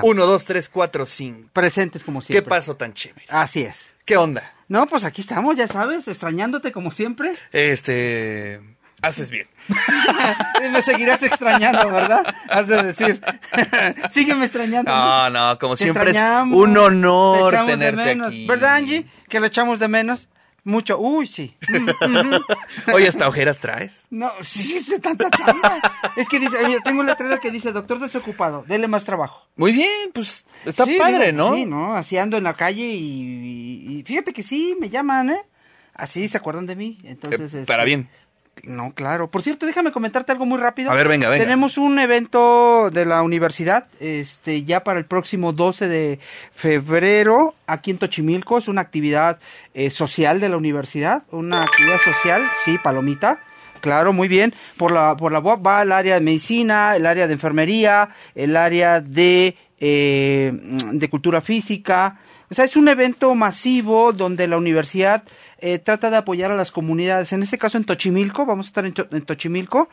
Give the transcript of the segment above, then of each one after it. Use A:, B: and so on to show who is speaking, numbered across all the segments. A: 1, 2, 3, 4, 5.
B: Presentes como
A: ¿Qué
B: siempre.
A: pasó tan chévere?
B: Así es.
A: ¿Qué onda?
B: No, pues aquí estamos, ya sabes, extrañándote como siempre.
A: Este. Haces bien.
B: Y Me seguirás extrañando, ¿verdad? Has de decir. Sígueme extrañando.
A: No, Ah, no, como
B: Te
A: siempre es
B: extrañamos,
A: un
B: te
A: honor
B: echamos de
A: tenerte
B: menos.
A: aquí.
B: ¿Verdad, Angie? Que lo echamos de menos. Mucho. Uy, sí. Mm, mhm.
A: Oye, hasta ojeras traes.
B: No, sí, es de tanta chamba. Es que dice, mira, tengo un letrero que dice, doctor desocupado, dele más trabajo.
A: Muy bien, pues está
B: Sí,
A: padre,
B: digo,
A: ¿no?
B: Sí, ¿no? Así ando en la calle y, y- y fíjate que sí, me llaman, ¿eh? Así se acuerdan de mí.
A: Eh,
B: Entonces, este,
A: para bien.
B: No, claro. Por cierto, déjame comentarte algo muy rápido.
A: A ver, venga, venga.
B: Tenemos un evento de la universidad, este, ya para el próximo 12 de febrero, aquí en Tochimilco. Es una actividad eh, social de la universidad, una actividad social, sí, palomita. Claro, muy bien. Por la, por la UAP va el área de medicina, el área de enfermería, el área de, eh, de cultura física. O sea, es un evento masivo donde la universidad eh, trata de apoyar a las comunidades. En este caso en Tochimilco, vamos a estar en, To- en Tochimilco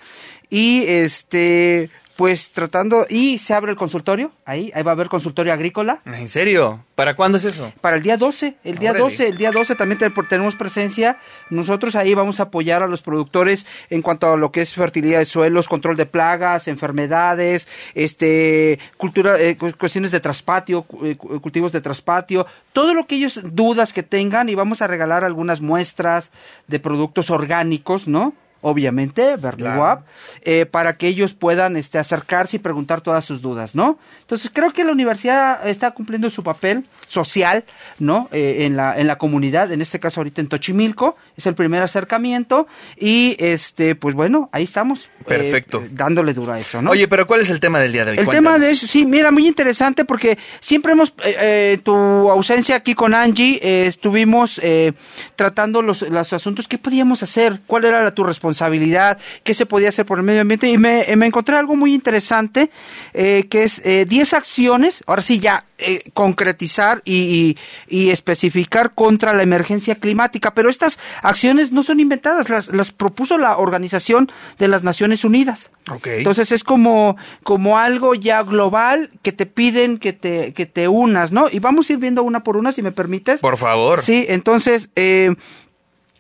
B: y este, pues tratando y se abre el consultorio. Ahí, ahí va a haber consultorio agrícola
A: ¿En serio? ¿Para cuándo es eso?
B: para el día 12, el día
A: Órale.
B: 12, el día 12 también te- por- tenemos presencia. Nosotros ahí vamos a apoyar a los productores en cuanto a lo que es fertilidad de suelos, control de plagas, enfermedades, este, cultura, eh, cu- cuestiones de traspatio, cu- eh, cu- cultivos de traspatio, todo lo que ellos dudas que tengan y vamos a regalar algunas muestras de productos orgánicos, ¿no? Obviamente, Berliguap, eh, para que ellos puedan este, acercarse y preguntar todas sus dudas, ¿no? Entonces creo que la universidad está cumpliendo su papel social, ¿no? Eh, en, la, en la comunidad, en este caso ahorita en Tochimilco, es el primer acercamiento y, este, pues bueno, ahí estamos. eh,
A: Perfecto.
B: dándole duro a eso, ¿no?
A: Oye, pero ¿cuál es el tema del día de hoy?
B: El tema
A: Cuéntanos.
B: de eso, sí, mira, muy interesante porque siempre hemos, eh, eh, tu ausencia aquí con Angie, eh, estuvimos eh, tratando los, los asuntos, qué podíamos hacer, cuál era la- tu responsabilidad, qué se podía hacer por el medio ambiente y me, eh, me encontré algo muy interesante eh, que es eh, 10 acciones, ahora sí ya, eh, concretizar y, y- y especificar contra la emergencia climática, pero estas acciones no son inventadas, las, las propuso la Organización de las Naciones Unidas.
A: Ok.
B: Entonces es como, como algo ya global que te piden que te, que te unas, ¿no? Y vamos a ir viendo una por una, si me permites.
A: Por favor.
B: Sí, entonces, eh,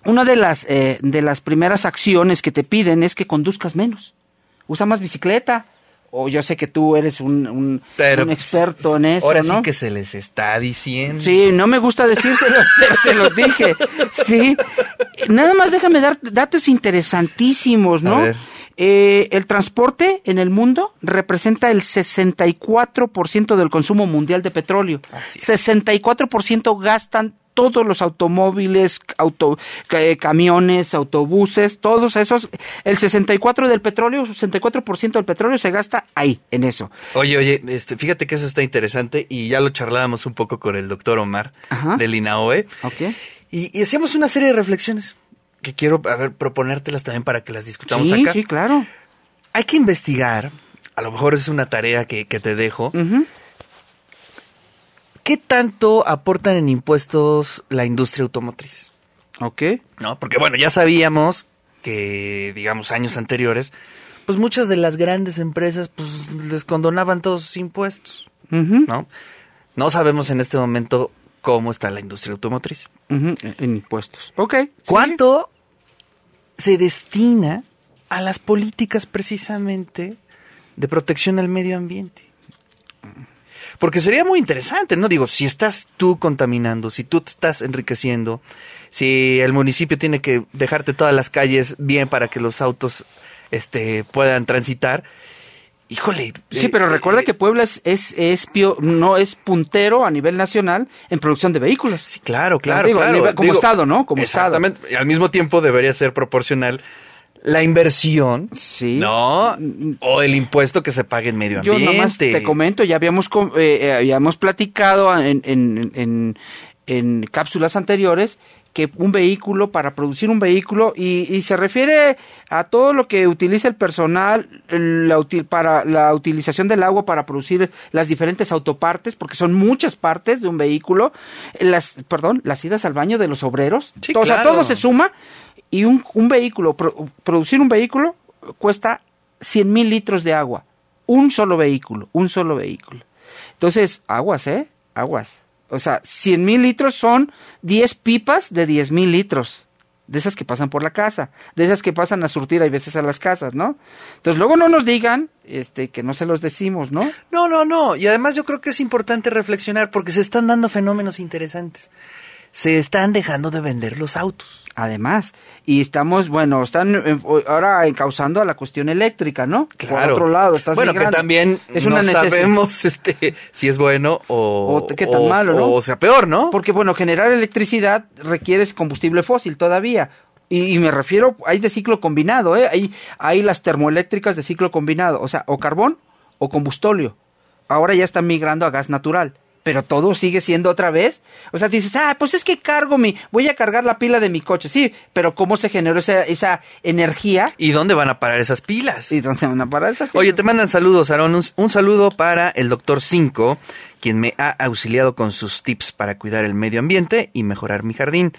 B: una de las, eh, de las primeras acciones que te piden es que conduzcas menos. Usa más bicicleta. O yo sé que tú eres un, un-
A: Pero, pues,
B: un experto en eso,
A: Ahora
B: ¿no?
A: sí que se les está diciendo.
B: Sí, no me gusta decírselos, pero se los dije. Sí. Nada más déjame dar datos interesantísimos,
A: A
B: ¿no?
A: ver.
B: Eh, el transporte en el mundo representa el 64% del consumo mundial de petróleo.
A: Así es.
B: 64% gastan todos los automóviles, auto, ca- eh, camiones, autobuses, todos esos. El 64% del petróleo, 64% del petróleo se gasta ahí, en eso.
A: Oye, oye, este, fíjate que eso está interesante y ya lo charlábamos un poco con el doctor Omar
B: Ajá.
A: del INAOE
B: ¿Ok?
A: y, y hacíamos una serie de reflexiones que quiero, a ver, proponértelas también para que las discutamos
B: Sí,
A: acá.
B: sí, claro.
A: Hay que investigar, a lo mejor es una tarea que, que te dejo,
B: Ujú.
A: ¿qué tanto aportan en impuestos la industria automotriz?
B: Ok.
A: ¿no? Porque bueno, ya sabíamos que, digamos, años anteriores, pues muchas de las grandes empresas pues les condonaban todos sus impuestos,
B: Ujú,
A: ¿no? No sabemos en este momento cómo está la industria automotriz.
B: ujú, En impuestos. Ok. ¿Cuánto?
A: ¿Cuánto se destina a las políticas precisamente de protección al medio ambiente? Porque sería muy interesante, ¿no? Digo, si estás tú contaminando, si tú te estás enriqueciendo, si el municipio tiene que dejarte todas las calles bien para que los autos este, puedan transitar, híjole.
B: Sí,
A: eh,
B: pero recuerda
A: eh,
B: que Puebla es, es, es pio- no es puntero a nivel nacional en producción de vehículos.
A: Sí, claro, claro,
B: Digo, a
A: claro.
B: nivel- como Estado, ¿no? Como Estado.
A: exactamente. Y al mismo tiempo debería ser proporcional la inversión,
B: Sí.
A: ¿no? O el impuesto que se pague en medio
B: Yo
A: ambiente.
B: nomás te comento, ya habíamos, com- eh, eh, habíamos platicado en, en- en- en cápsulas anteriores que un vehículo, para producir un vehículo, y, y se refiere a todo lo que utiliza el personal la util- para la utilización del agua para producir las diferentes autopartes, porque son muchas partes de un vehículo, las, perdón, las idas al baño de los obreros,
A: Sí,
B: o sea,
A: claro.
B: todo se suma, y un, un vehículo, pro- producir un vehículo cuesta 100 mil litros de agua. Un solo vehículo, un solo vehículo. Entonces, aguas, ¿eh? Aguas. O sea, 100 mil litros son 10 pipas de 10 mil litros. De esas que pasan por la casa, de esas que pasan a surtir hay veces a las casas, ¿no? Entonces luego no nos digan este, que no se los decimos, ¿no?
A: No, no, no. Y además yo creo que es importante reflexionar porque se están dando fenómenos interesantes. Se están dejando de vender los autos.
B: Además, y estamos, bueno, están eh, ahora encauzando a la cuestión eléctrica, ¿no? Por
A: Claro.
B: otro lado, estás
A: bueno,
B: migrando.
A: que también
B: Es
A: no
B: una necesidad.
A: sabemos este, si es bueno o,
B: O qué tan malo, ¿no?
A: O sea, peor, ¿no?
B: Porque, bueno, generar electricidad requiere combustible fósil todavía. Y, y me refiero, hay de ciclo combinado, ¿eh? Hay, hay las termoeléctricas de ciclo combinado, o sea, o carbón o combustóleo. Ahora ya están migrando a gas natural. Pero todo sigue siendo otra vez. O sea, dices, ah, pues es que cargo mi. Voy a cargar la pila de mi coche. Sí, pero ¿cómo se generó esa, esa energía?
A: ¿Y dónde van a parar esas pilas?
B: ¿Y dónde van a parar esas
A: Oye,
B: pilas?
A: te mandan saludos, Aarón. Un, un saludo para el doctor 5, quien me ha auxiliado con sus tips para cuidar el medio ambiente y mejorar mi jardín,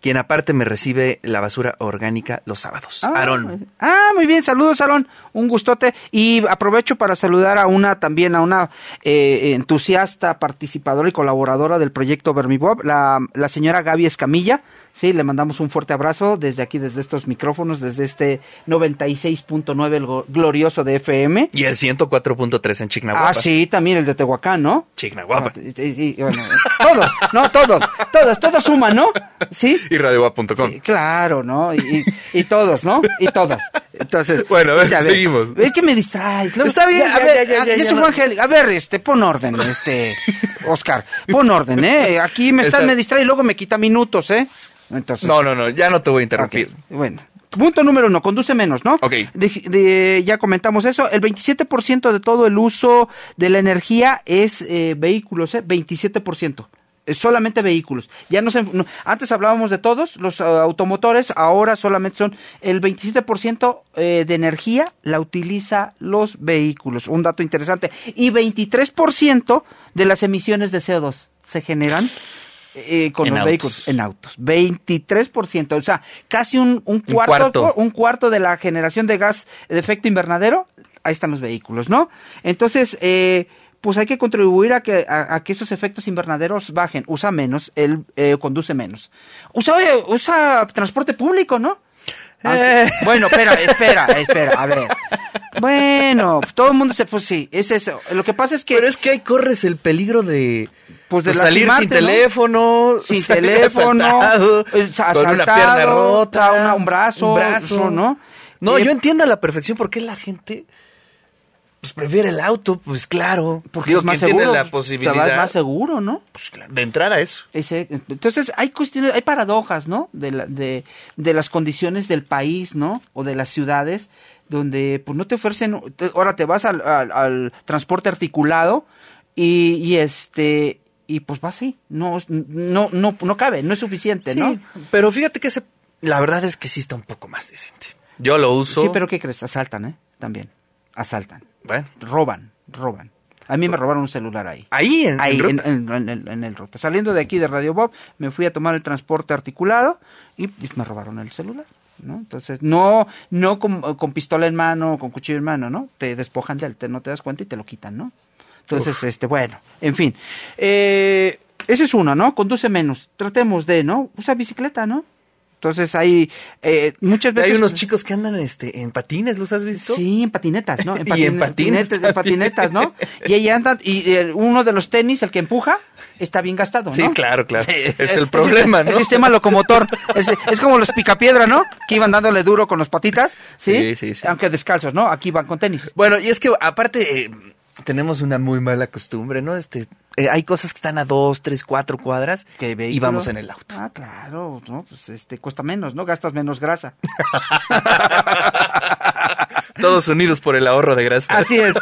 A: quien aparte me recibe la basura orgánica los sábados.
B: Ah,
A: Aarón.
B: Ah, muy bien, saludos, Aarón. Un gustote. Y aprovecho para saludar a una también, a una eh, entusiasta, participadora y colaboradora del proyecto Vermibob, la, la señora Gaby Escamilla. Sí, le mandamos un fuerte abrazo desde aquí, desde estos micrófonos, desde este 96.9, el go- glorioso de FM.
A: Y el 104.3 en Chignahuapa.
B: Ah, sí, también el de Tehuacán, ¿no? Ah,
A: Chignahuapa.
B: Sí, sí, bueno, todos, no, todos, todos, todos suman, ¿no? Sí.
A: Y radioa.com.
B: Sí, claro, ¿no? Y, y- y todos, ¿no? Y todas. Entonces,
A: Bueno, a ver,
B: sí,
A: seguimos.
B: Es que me distraes. Luego-
A: Está bien,
B: a
A: ya, ya,
B: ver,
A: ya,
B: ah,
A: ya,
B: ya
A: ya
B: se fue
A: no.
B: Angélica. A ver, este, pon orden, este, Oscar. Pon orden, ¿eh? Aquí me estás,
A: Está-
B: me distrae y luego me quita minutos, ¿eh? Entonces,
A: No, no, no, ya no te voy a interrumpir.
B: Ok, Bueno. Punto número uno, conduce menos, ¿no?
A: Ok.
B: De- de- ya comentamos eso. El 27% de todo el uso de la energía es eh, vehículos, ¿eh? 27%. Eh, Solamente vehículos. Ya no se- no- antes hablábamos de todos los eh, automotores, ahora solamente son el 27% eh, de energía la utiliza los vehículos. Un dato interesante. Y 23% de las emisiones de CO2 se generan eh, con
A: En
B: los
A: autos.
B: vehículos en autos. 23%, o sea, casi un, un cuarto, un
A: cuarto.
B: cuarto. de la generación de gas de efecto invernadero, ahí están los vehículos, ¿no? Entonces, eh, pues hay que contribuir a que, a, a que esos efectos invernaderos bajen. Usa menos, él eh, conduce menos. Usa, oye, usa transporte público, ¿no? Aunque-
A: Eh.
B: Bueno, espera, espera, espera, a ver. Bueno, pues todo el mundo se, pues sí, es eso. Lo que pasa es que...
A: Pero es que ahí corres el peligro de,
B: Pues de
A: salir sin
B: lastimarte, ¿no?
A: teléfono,
B: sin
A: salir
B: teléfono,
A: asaltado,
B: eh,
A: con una
B: asaltado,
A: pierna rota,
B: una- un brazo, eso, ¿no?
A: No,
B: Eh,
A: yo entiendo a la perfección por qué la gente pues prefiere el auto, pues claro,
B: Porque
A: Digo,
B: es más
A: quien
B: seguro.
A: tiene la
B: Te vas
A: posibilidad
B: más seguro, ¿no?
A: pues, claro, de entrada eso.
B: Ese- entonces hay cuestiones, hay paradojas, ¿no? De, la- de, de las condiciones del país, ¿no? O de las ciudades donde pues no te ofrecen, te- ahora te vas al, al- al transporte articulado y, y este y pues vas ahí, no no no no cabe, no es suficiente, ¿no?
A: Sí, pero fíjate que ese la verdad es que sí está un poco más decente. Yo lo uso.
B: Sí, pero ¿qué crees? Asaltan, ¿eh? También. Asaltan.
A: bueno,
B: Roban, roban. A mí me robaron un celular ahí.
A: ahí en, en
B: Ahí,
A: ruta.
B: en, en- en el, en el ruta. Saliendo de aquí de Radio Bob, me fui a tomar el transporte articulado y, pues, me robaron el celular. ¿no? Entonces, no, no con, con pistola en mano o con cuchillo en mano, ¿no? Te despojan de él, te- no te das cuenta y te lo quitan, ¿no? Entonces, este, bueno, en fin. Eh, esa es una, ¿no? Conduce menos. Tratemos de, ¿no? Usa bicicleta, ¿no? Entonces, hay eh, muchas veces.
A: Hay unos chicos que andan este en patines, ¿los has visto?
B: Sí, en patinetas, ¿no?
A: Y en patines
B: patinetas, en patinetas, ¿no? Y ahí andan, y eh, uno de los tenis, el que empuja, está bien gastado, ¿no?
A: Sí, claro, claro.
B: Sí.
A: Es el problema, ¿no?
B: El sistema locomotor. Es, es como los picapiedra, ¿no? Que iban dándole duro con los patitas, ¿sí?
A: Sí, sí, sí.
B: Aunque descalzos, ¿no? Aquí van con tenis.
A: Bueno, y es que aparte eh, tenemos una muy mala costumbre, ¿no? Este, eh, hay cosas que están a dos, tres, cuatro cuadras
B: ¿Qué
A: y
B: vehículo?
A: vamos en el auto.
B: Ah, claro, ¿no? Pues este, cuesta menos, ¿no? Gastas menos grasa.
A: Todos unidos por el ahorro de grasa.
B: Así es.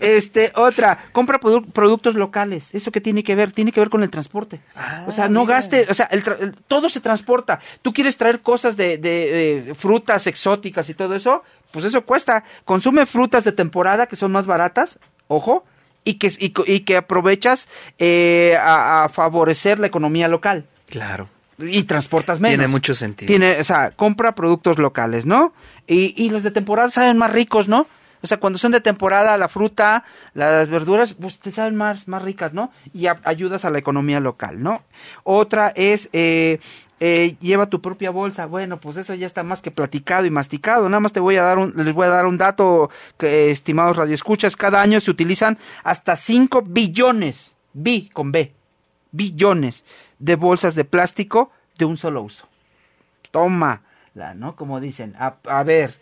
B: este, otra, compra produ- productos locales. ¿Eso qué tiene que ver? Tiene que ver con el transporte.
A: Ah,
B: o sea, no
A: mira.
B: gaste, o sea, el tra- el- todo se transporta. Tú quieres traer cosas de, de, eh, frutas exóticas y todo eso, pues eso cuesta. Consume frutas de temporada que son más baratas, ojo, y que, y, co- y que aprovechas eh, a, a favorecer la economía local.
A: Claro.
B: Y transportas menos.
A: Tiene mucho sentido.
B: Tiene, o sea, compra productos locales, ¿no? Y, y los de temporada saben más ricos, ¿no? O sea, cuando son de temporada, la fruta, las verduras, pues te saben más, más ricas, ¿no? Y a- ayudas a la economía local, ¿no? Otra es... eh, eh, lleva tu propia bolsa. Bueno, pues eso ya está más que platicado y masticado. Nada más te voy a dar un, les voy a dar un dato, que, eh, estimados radioescuchas. Cada año se utilizan hasta 5 billones, bi con B, billones de bolsas de plástico de un solo uso. Toma, la, ¿no? Como dicen, a, a ver,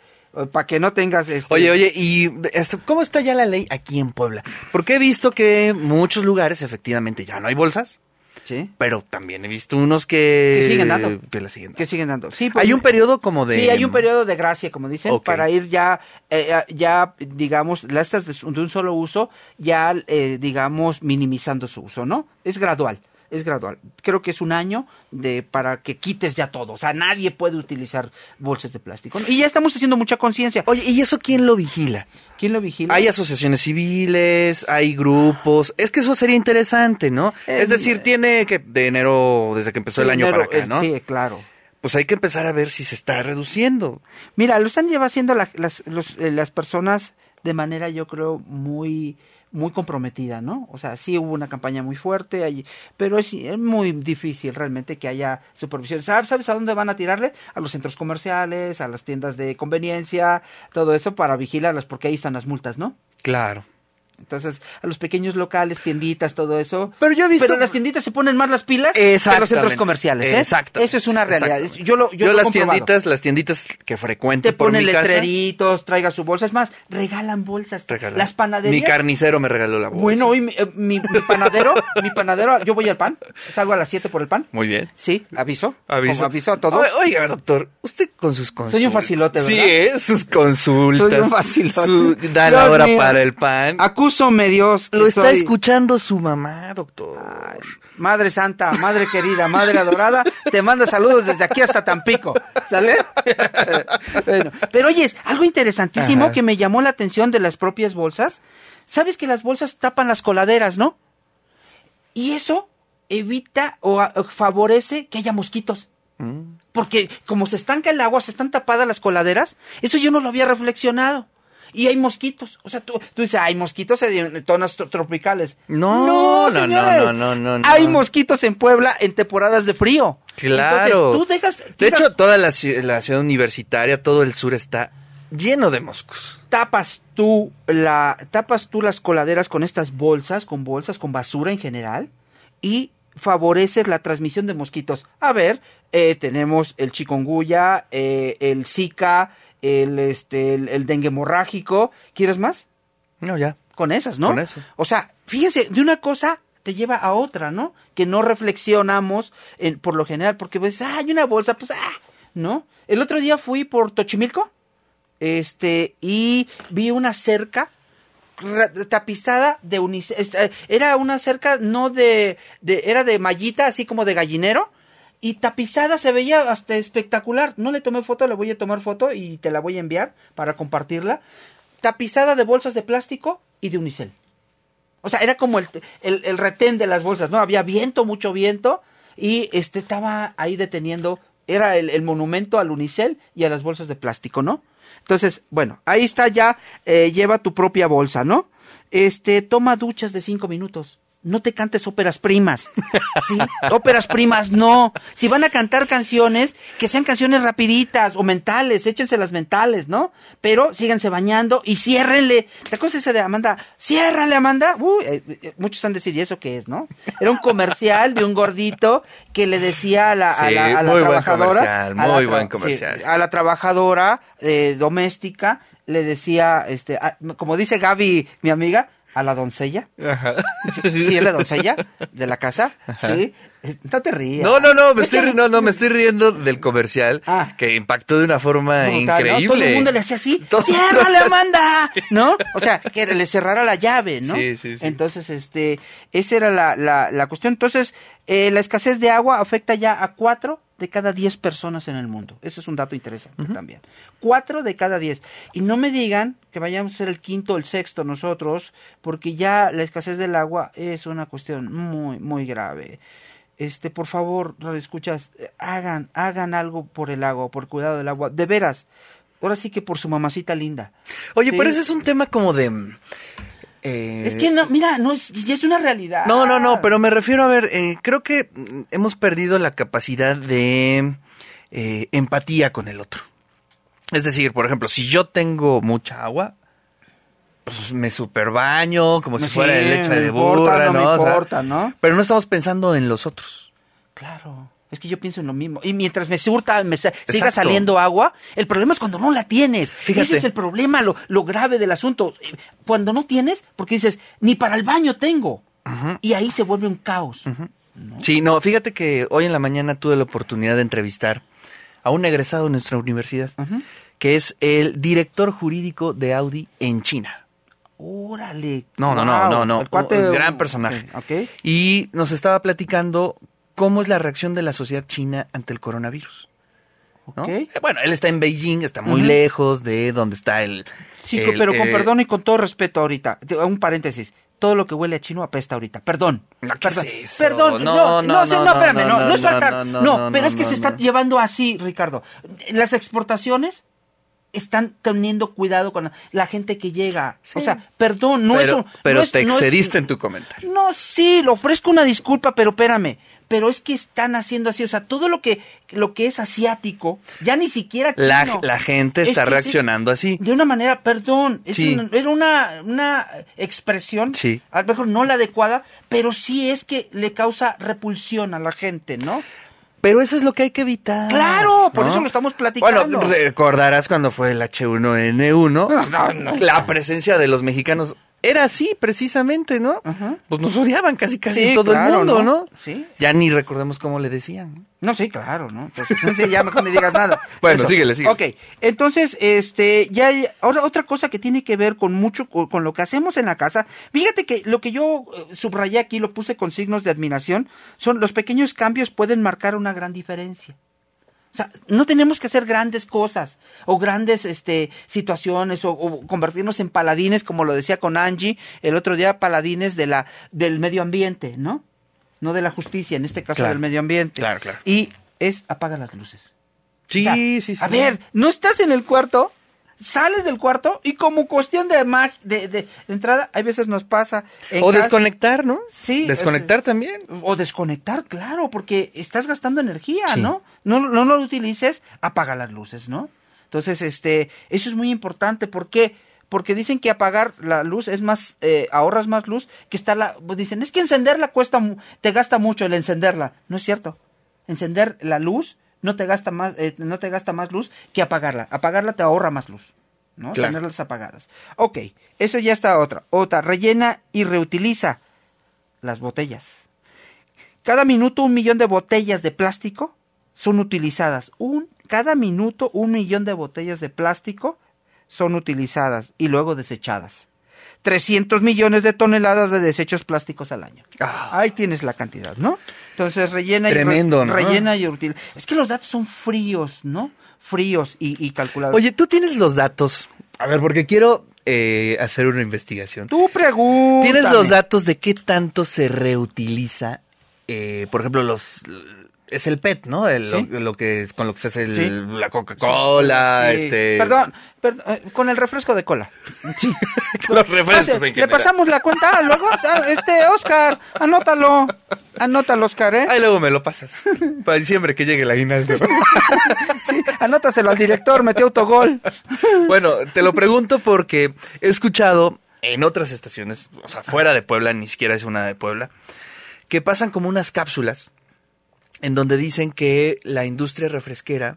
B: para que no tengas este...
A: Oye, oye, ¿y este, cómo está ya la ley aquí en Puebla? Porque he visto que en muchos lugares efectivamente ya no hay bolsas,
B: ¿Sí?
A: pero también he visto unos que...
B: Que siguen dando.
A: Que las siguen dando.
B: Que siguen dando. Sí,
A: Hay
B: porque-
A: un periodo como de...
B: Sí, hay un periodo de gracia, como dicen,
A: Ok.
B: para ir ya, eh, a- ya digamos, las estas de, su- de un solo uso, ya, eh, digamos, minimizando su uso, ¿no? Es gradual, es gradual. Creo que es un año de para que quites ya todo. O sea, nadie puede utilizar bolsas de plástico. Y ya estamos haciendo mucha conciencia.
A: Oye, ¿y eso quién lo vigila?
B: ¿Quién lo vigila?
A: Hay asociaciones civiles, hay grupos. Es que eso sería interesante, ¿no?
B: Eh,
A: es decir,
B: eh,
A: tiene que de enero, desde que empezó el año
B: Primero,
A: para acá,
B: eh,
A: ¿no?
B: Sí, claro.
A: Pues hay que empezar a ver si se está reduciendo.
B: Mira, lo están llevando haciendo la- las, los- eh, las personas de manera, yo creo, muy muy comprometida, ¿no? O sea, sí hubo una campaña muy fuerte, ahí, pero es, es muy difícil realmente que haya supervisión. ¿Sabes, ¿Sabes a dónde van a tirarle? A los centros comerciales, a las tiendas de conveniencia, todo eso para vigilarlas, porque ahí están las multas, ¿no?
A: Claro.
B: Entonces, a los pequeños locales, tienditas, todo eso.
A: Pero yo he visto-
B: Pero las tienditas se ponen más las pilas que los
A: Exactamente.
B: centros comerciales, ¿eh?
A: Exactamente.
B: Eso es una realidad.
A: Exactamente.
B: Yo lo, yo lo he
A: las
B: comprobado
A: tienditas, las tienditas que frecuento
B: te
A: por
B: ponen
A: mi casa,
B: letreritos, traiga su bolsa. Es más, regalan bolsas.
A: regalan.
B: Las panaderías.
A: Mi carnicero me regaló la bolsa.
B: Bueno, hoy mi, eh, mi- mi panadero, mi panadero, yo voy al pan, salgo a las 7 por el pan.
A: muy bien.
B: Sí, aviso.
A: Aviso.
B: Como aviso a todos.
A: O- Oiga, doctor, usted con sus consultas.
B: Soy un facilote, ¿verdad?
A: Sí, ¿eh? sus consultas.
B: Soy un facilote.
A: Su, da la
B: Dios
A: hora
B: mío.
A: para el pan.
B: Acúsome, Dios. que
A: Lo está
B: soy-
A: escuchando su mamá, doctor.
B: Ay, Madre santa, madre querida, madre adorada, te manda saludos desde aquí hasta Tampico. ¿Sale? Bueno, pero oye, es algo interesantísimo
A: Ajá.
B: que me llamó la atención de las propias bolsas. Sabes que las bolsas tapan las coladeras, ¿no? Y eso evita o a- o favorece que haya mosquitos.
A: Mm.
B: Porque como se estanca el agua, se están tapadas las coladeras, eso yo no lo había reflexionado. Y hay mosquitos. O sea, tú, tú dices, hay mosquitos en zonas tro- tropicales.
A: No, no, no,
B: señores.
A: no, no, no, no.
B: Hay mosquitos en Puebla en temporadas de frío.
A: Claro.
B: Entonces, tú dejas.
A: de
B: tiras-
A: hecho, toda la, ci- la ciudad universitaria, todo el sur está lleno de moscos.
B: tapas tú la tapas tú las coladeras con estas bolsas, con bolsas con basura en general y favoreces la transmisión de mosquitos. A ver, eh, tenemos el chikungunya, eh, el Zika, el este el, el dengue hemorrágico. ¿Quieres más?
A: No, ya.
B: Con esas, ¿no?
A: Con eso.
B: O sea, fíjense, de una cosa te lleva a otra, ¿no? Que no reflexionamos en- por lo general, porque ves, ah, hay una bolsa, pues, ah, ¿no? El otro día fui por Tochimilco, este, y vi una cerca ra- tapizada de unicel, era una cerca no de, de, era de mallita, así como de gallinero, y tapizada se veía hasta espectacular. No le tomé foto, le voy a tomar foto y te la voy a enviar para compartirla. Tapizada de bolsas de plástico y de unicel. O sea, era como el, el, el retén de las bolsas, ¿no? Había viento, mucho viento, y este estaba ahí deteniendo, era el, el monumento al unicel y a las bolsas de plástico, ¿no? Entonces, bueno, ahí está ya, eh, lleva tu propia bolsa, ¿no? Este, toma duchas de cinco minutos. No te cantes óperas primas. Sí, óperas primas no. Si van a cantar canciones, que sean canciones rapiditas o mentales, échense las mentales, ¿no? Pero síganse bañando y ciérrenle. ¿Te acuerdas esa de Amanda? Ciérrale, Amanda. Uy, eh, eh, muchos han de decir, ¿y eso qué es, no? Era un comercial de un gordito que le decía a la, a
A: Sí,
B: la, a la
A: muy buen
B: trabajadora.
A: comercial,
B: a la
A: muy
B: tra-
A: buen
B: sí,
A: comercial.
B: a la trabajadora eh, doméstica le decía, este, a- como dice Gaby, mi amiga, a la doncella. Sí, es la doncella de la casa. Sí. Es- No te rías.
A: No, no, no, me
B: Es
A: estoy,
B: que-
A: ri- no, no, me estoy riendo del comercial
B: Ah.
A: que impactó de una forma
B: brutal, ¿no?
A: increíble.
B: Todo el mundo le hacía así.
A: Todo-
B: ¡Ciérrale, Amanda! ¿No? O sea, que le cerrara la llave, ¿no?
A: Sí, sí, sí.
B: Entonces, este, esa era la, la, la cuestión. Entonces, eh, la escasez de agua afecta ya a cuatro de cada diez personas en el mundo. Eso es un dato interesante también. Cuatro de cada diez. Y no me digan que vayamos a ser el quinto o el sexto nosotros, porque ya la escasez del agua es una cuestión muy, muy grave. Este, por favor, escuchas, hagan, hagan algo por el agua, por cuidado del agua. De veras, ahora sí que por su mamacita linda.
A: Oye,
B: Sí.
A: pero ese es un tema como de... mm, eh,
B: Es que no, mira, no es, ya es una realidad.
A: No, no, no, pero me refiero a ver, eh, creo que mm, hemos perdido la capacidad de eh, empatía con el otro. Es decir, por ejemplo, si yo tengo mucha agua, pues me superbaño como si
B: Sí,
A: fuera de leche
B: no
A: de
B: importa,
A: burra,
B: no me
A: ¿no? O sea,
B: importa, ¿no?
A: Pero no estamos pensando en los otros.
B: Claro. Es que yo pienso en lo mismo. Y mientras me surta, me sa- siga
A: Exacto.
B: saliendo agua, el problema es cuando no la tienes.
A: Fíjate.
B: Ese es el problema, lo, lo grave del asunto. Cuando no tienes, porque dices, ni para el baño tengo. Y ahí se vuelve un caos.
A: Sí, no, fíjate que hoy en la mañana tuve la oportunidad de entrevistar a un egresado de nuestra universidad, que es el director jurídico de Audi en China.
B: Órale.
A: No, no, no,
B: Guau.
A: no, no.
B: El cuate-
A: un gran personaje.
B: Sí, ok.
A: Y nos estaba platicando cómo es la reacción de la sociedad china ante el coronavirus. ¿no?
B: ok.
A: Eh, Bueno, él está en Beijing, está muy
B: Ujú.
A: lejos de donde está el.
B: Sí,
A: el,
B: pero con
A: eh,
B: perdón y con todo respeto ahorita, te- un paréntesis. Todo lo que huele a chino apesta ahorita. Perdón.
A: No, ¿qué
B: perdón.
A: es eso?
B: Perdón. No, no, no, sí, no, espérame, no, no, es faltar.
A: no,
B: No,
A: no, no,
B: pero
A: no,
B: es que
A: no,
B: se está
A: no.
B: llevando así, Ricardo. Las exportaciones están teniendo cuidado con la, la gente que llega. O sea, perdón, no es
A: pero
B: un-
A: pero
B: no es-
A: te
B: no es-
A: excediste en tu comentario.
B: no, sí, le ofrezco una disculpa, pero espérame. Pero es que están haciendo así, o sea, todo lo que lo que es asiático, ya ni siquiera
A: La,
B: chino.
A: la gente
B: Es
A: está
B: que sí,
A: reaccionando así.
B: de una manera, perdón, es
A: Sí.
B: una- era una, una expresión,
A: Sí.
B: a lo mejor no la adecuada, pero sí es que le causa repulsión a la gente, ¿no?
A: Pero eso es lo que hay que evitar.
B: Claro, por eso lo estamos platicando.
A: Bueno, recordarás cuando fue el H1N1,
B: no, no.
A: la presencia de los mexicanos era así, precisamente, ¿no?
B: Ajá.
A: Pues nos odiaban casi, casi
B: Sí,
A: todo
B: claro,
A: el mundo,
B: ¿no?
A: ¿no?
B: Sí.
A: Ya ni recordemos cómo le decían.
B: No, sí, claro, ¿no? Entonces, sí, ya mejor ni digas nada.
A: Bueno, síguele, síguele.
B: Ok, entonces, este, ya hay- ahora otra cosa que tiene que ver con mucho, co- con lo que hacemos en la casa. Fíjate que lo que yo eh, subrayé aquí, lo puse con signos de admiración, son los pequeños cambios pueden marcar una gran diferencia. O sea, no tenemos que hacer grandes cosas o grandes este, situaciones o, o convertirnos en paladines, como lo decía con Angie el otro día, paladines de la, del medio ambiente, ¿no? No de la justicia, en este caso
A: Claro.
B: del medio ambiente.
A: Claro, claro.
B: Y es apaga las luces.
A: Sí,
B: O sea,
A: sí, sí.
B: A ver, no estás en el cuarto, sales del cuarto y como cuestión de, mag- de, de- de entrada, hay veces nos pasa. en
A: O
B: casa-
A: desconectar, ¿no?
B: Sí,
A: Desconectar
B: o sea,
A: también.
B: O desconectar, claro, porque estás gastando energía,
A: Sí.
B: ¿no? ¿no? No lo utilices, apaga las luces, ¿no? Entonces, este, eso es muy importante. ¿Por qué? Porque dicen que apagar la luz es más, eh, ahorras más luz que está la. pues dicen, es que encenderla cuesta, mu- te gasta mucho el encenderla. No es cierto. Encender la luz no te gasta más, eh, no te gasta más luz que apagarla. Apagarla te ahorra más luz. ¿no?
A: Claro.
B: Tenerlas apagadas. Ok, eso ya está otra. Otra, rellena y reutiliza las botellas. Cada minuto un millón de botellas de plástico son utilizadas. Un, cada minuto un millón de botellas de plástico son utilizadas y luego desechadas. 300 millones de toneladas de desechos plásticos al año.
A: Ah.
B: Ahí tienes la cantidad, ¿no? Entonces rellena y
A: Tremendo, ¿no?
B: rellena y útil. Es que los datos son fríos, ¿no? Fríos y, y calculados.
A: Oye, tú tienes los datos. A ver, porque quiero eh, hacer una investigación.
B: tú preguntas.
A: ¿Tienes los datos de qué tanto se reutiliza? eh, por ejemplo, los es el PET, ¿no? El-
B: Sí.
A: lo, lo que con lo que se hace el-
B: Sí.
A: la Coca-Cola,
B: Sí.
A: este
B: Perdón, perdón, eh, con el refresco de cola. Sí.
A: los refrescos
B: Pase,
A: en
B: Le
A: general.
B: pasamos la cuenta ah, luego. o sea, Este, Oscar, anótalo. Anótalo, Oscar, ¿eh?
A: Ahí luego me lo pasas. Para diciembre que llegue la aguinaldo.
B: Sí, anótaselo al director, metió autogol.
A: bueno, te lo pregunto porque he escuchado en otras estaciones, o sea, fuera de Puebla, ni siquiera es una de Puebla, que pasan como unas cápsulas en donde dicen que la industria refresquera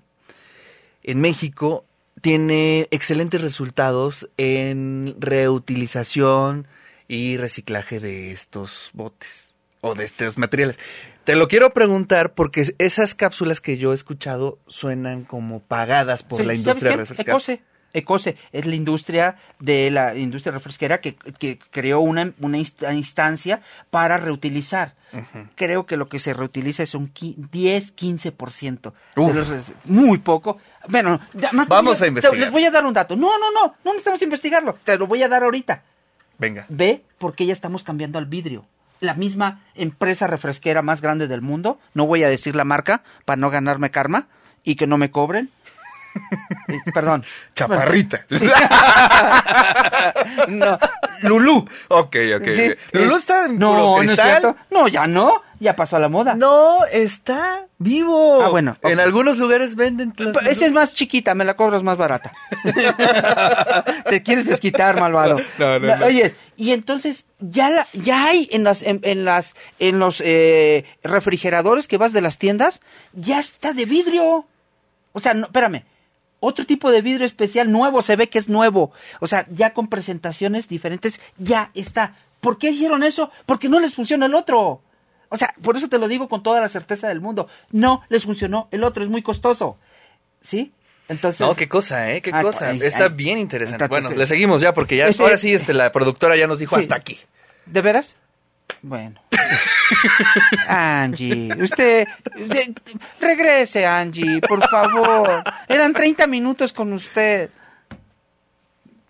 A: en México tiene excelentes resultados en reutilización y reciclaje de estos botes o de estos materiales. Te lo quiero preguntar porque esas cápsulas que yo he escuchado suenan como pagadas por
B: Sí,
A: la
B: ¿sabes
A: industria
B: qué?
A: refresquera.
B: Ecose. Ecose es la industria de la industria refresquera que, que creó una, una inst- instancia para reutilizar. Creo que lo que se reutiliza es un qui- 10-15%. de
A: Uf.
B: los res- Muy poco. Bueno, ya más te
A: Vamos
B: voy
A: a investigar.
B: te- Les voy a dar un dato. No, no, no, no necesitamos investigarlo. Te lo voy a dar ahorita.
A: Venga.
B: Ve por qué ya estamos cambiando al vidrio. La misma empresa refresquera más grande del mundo, no voy a decir la marca para no ganarme karma y que no me cobren, Eh, Perdón.
C: Chaparrita.
B: No, Lulú.
C: ok, ok.
B: Sí,
C: ok. Lulú
B: es-
C: está en
B: No,
C: puro
B: no es
C: cristal.
B: cierto. No, ya no. Ya pasó a la moda.
A: No, está vivo.
B: Ah, bueno, ok.
A: En algunos lugares venden. las-
C: Pues,
B: Pero Esa es más chiquita, me la cobras más barata. Te quieres desquitar, malvado.
C: No, no, no.
B: Oye, y entonces ya la- ya hay en las en, en las en los eh, refrigeradores que vas de las tiendas ya está de vidrio. O sea, no, espérame. Otro tipo de vidrio especial nuevo, se ve que es nuevo. O sea, ya con presentaciones diferentes, ya está. ¿Por qué hicieron eso? Porque no les funciona el otro. O sea, por eso te lo digo con toda la certeza del mundo. No les funcionó el otro, es muy costoso. ¿Sí? Entonces.
A: No, qué cosa, ¿eh? Qué
B: Ah,
A: cosa.
B: ay,
A: Está
B: ay.
A: bien interesante.
B: Entonces,
A: Bueno,
B: eh,
A: le seguimos ya porque ya
B: este-
A: ahora sí este, la productora ya nos dijo
B: Sí.
A: hasta aquí.
B: ¿De veras? Bueno. Angie, usted. de- regrese, Angie, por favor. Eran 30 minutos con usted.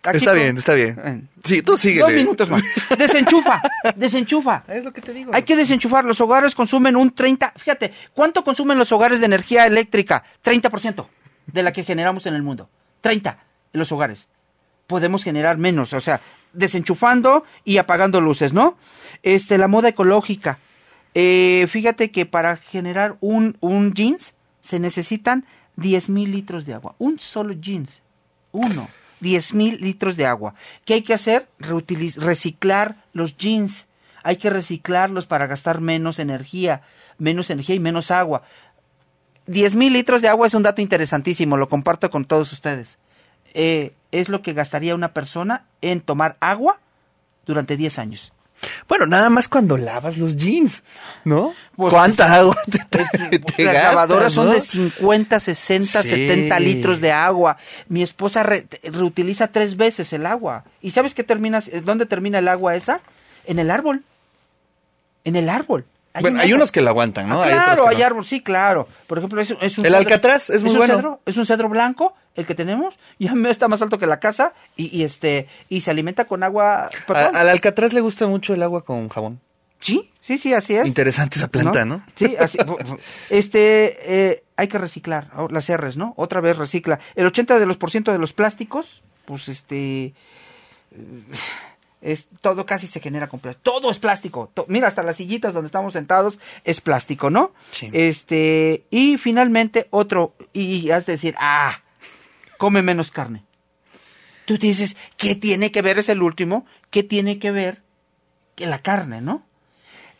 B: Aquí
A: está
B: con-
A: bien, está bien.
B: Eh,
A: Sí, tú sigue.
B: Dos minutos más. Desenchufa, desenchufa.
A: Es lo que te digo.
B: Hay que desenchufar. Los hogares consumen un 30. Fíjate, ¿cuánto consumen los hogares de energía eléctrica? 30% de la que generamos en el mundo. 30 en los hogares. Podemos generar menos, o sea, desenchufando y apagando luces, ¿no? Este, la moda ecológica. Eh, fíjate que para generar un, un jeans se necesitan 10 mil litros de agua. Un solo jeans. Uno. 10 mil litros de agua. ¿Qué hay que hacer? Reutiliz- reciclar los jeans. Hay que reciclarlos para gastar menos energía. Menos energía y menos agua. 10 mil litros de agua es un dato interesantísimo. Lo comparto con todos ustedes. Eh, es lo que gastaría una persona en tomar agua durante 10 años.
A: Bueno, nada más cuando lavas los jeans, ¿no?
B: Pues,
A: ¿Cuánta agua te, te-
B: Las
A: te gastas,
B: lavadoras son
A: no?
B: de 50, 60,
A: Sí.
B: 70 litros de agua. Mi esposa re- te- reutiliza tres veces el agua. ¿Y sabes qué termina, dónde termina el agua esa? En el árbol. En el árbol.
A: Bueno,
B: un
A: hay
B: árbol.
A: unos que la aguantan, ¿no?
B: Ah,
A: otros
B: claro,
A: que
B: hay
A: no.
B: árbol, sí, claro. Por ejemplo, es, es un
A: El alcatraz es muy
B: un
A: bueno.
B: cedro- es un cedro blanco, el que tenemos, y a mí está más alto que la casa, y, y este, y se alimenta con agua. perdón.
A: A- al alcatraz le gusta mucho el agua con jabón.
B: Sí, sí, sí, así es.
A: Interesante esa planta, ¿no?
B: Sí, así. bu- bu- este, eh, hay que reciclar o- las R's, ¿no? Otra vez recicla. El 80% de los, por ciento de los plásticos, pues este. eh, Es, todo casi se genera con plástico. Todo es plástico. To- mira, hasta las sillitas donde estamos sentados es plástico, ¿no?
A: Sí.
B: Este, y finalmente otro, y, y has de decir, ah, come menos carne. Tú dices, ¿qué tiene que ver? Es el último, ¿qué tiene que ver que la carne, no?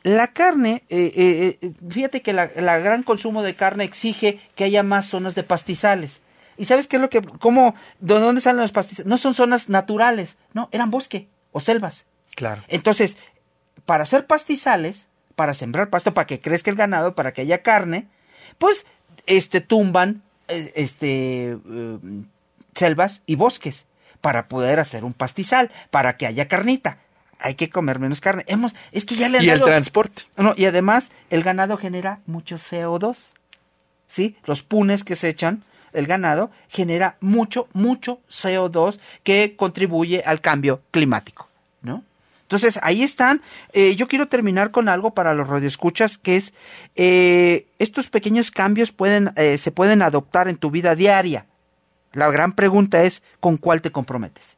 B: La carne, eh, eh, eh, fíjate que la, la gran consumo de carne exige que haya más zonas de pastizales. ¿Y sabes qué es lo que, cómo, de dónde salen los pastizales? No son zonas naturales, no, eran bosque o selvas.
A: Claro.
B: Entonces, para hacer pastizales, para sembrar pasto, para que crezca el ganado, para que haya carne, pues, este, tumban, eh, este, eh, selvas y bosques para poder hacer un pastizal, para que haya carnita. Hay que comer menos carne. Hemos, es que ya le han
A: Y el
B: dado-
A: transporte.
B: no, y además, el ganado genera mucho CO2. ¿Sí? Los punes que se echan, el ganado, genera mucho, mucho CO2 que contribuye al cambio climático, ¿no? Entonces, ahí están. Eh, yo quiero terminar con algo para los radioescuchas, que es eh, estos pequeños cambios pueden, eh, se pueden adoptar en tu vida diaria. La gran pregunta es, ¿con cuál te comprometes?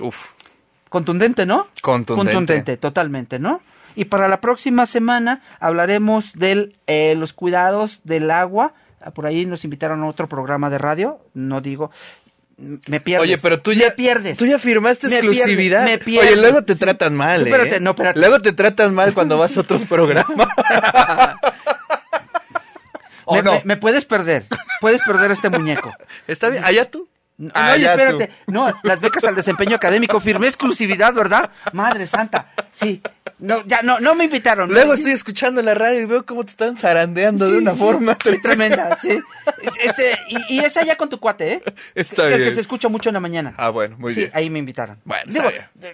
A: Uf.
B: Contundente, ¿no?
A: Contundente.
B: Contundente, totalmente, ¿no? Y para la próxima semana hablaremos de los cuidados del agua. Ah, Por ahí nos invitaron a otro programa de radio. No digo. m- Me pierdes.
A: Oye, pero tú
B: Me
A: ya
B: pierdes.
A: Tú ya firmaste
B: Me
A: exclusividad.
B: pierdes, me pierdes.
A: Oye, luego te tratan mal. ¿eh?
B: Espérate, no, espérate.
A: Luego te tratan mal cuando vas a otros programas. ¿O
B: me,
A: no?
B: me- me puedes perder. Puedes perder este muñeco.
A: ¿Está bien? ¿Allá tú?
B: No, oye,
A: Allá Ah, tú.
B: espérate. No, las becas al desempeño académico. Firmé exclusividad, ¿verdad? Madre santa. Sí. No, ya no, no me invitaron. No,
A: Luego
B: sí.
A: estoy escuchando la radio y veo cómo te están zarandeando de
B: Sí,
A: una
B: sí,
A: forma.
B: sí, tremenda, sí. Es- Este, y, y es allá con tu cuate, ¿eh?
A: Está
B: Que- que,
A: bien.
B: se escucha mucho en la mañana.
A: Ah, bueno, muy
B: sí,
A: bien.
B: ahí me invitaron.
A: Bueno,
B: Digo,
A: está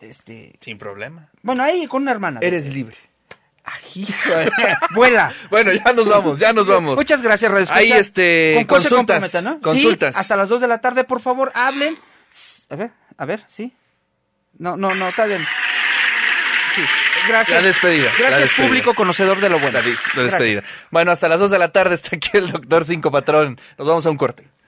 B: este,
A: Sin problema.
B: bueno, ahí con una hermana. Ah,
A: Eres libre.
B: Ají, joder. Vuela.
A: Bueno, ya nos vamos, ya nos vamos.
B: Muchas gracias, Radio
A: Ahí, este,
B: Con cuál se
A: consultas,
B: comprometen, ¿no? Sí,
A: consultas.
B: hasta las 2 de la tarde, por favor, hablen. S- A ver, a ver, sí. No, no, no, está bien. Sí. Gracias.
A: La despedida, la
B: Gracias,
A: despedida.
B: público conocedor de lo bueno.
A: La, dis- la
B: Gracias.
A: despedida. Bueno, hasta las 2 de la tarde está aquí el doctor Cinco Patrón. Nos vamos a un corte.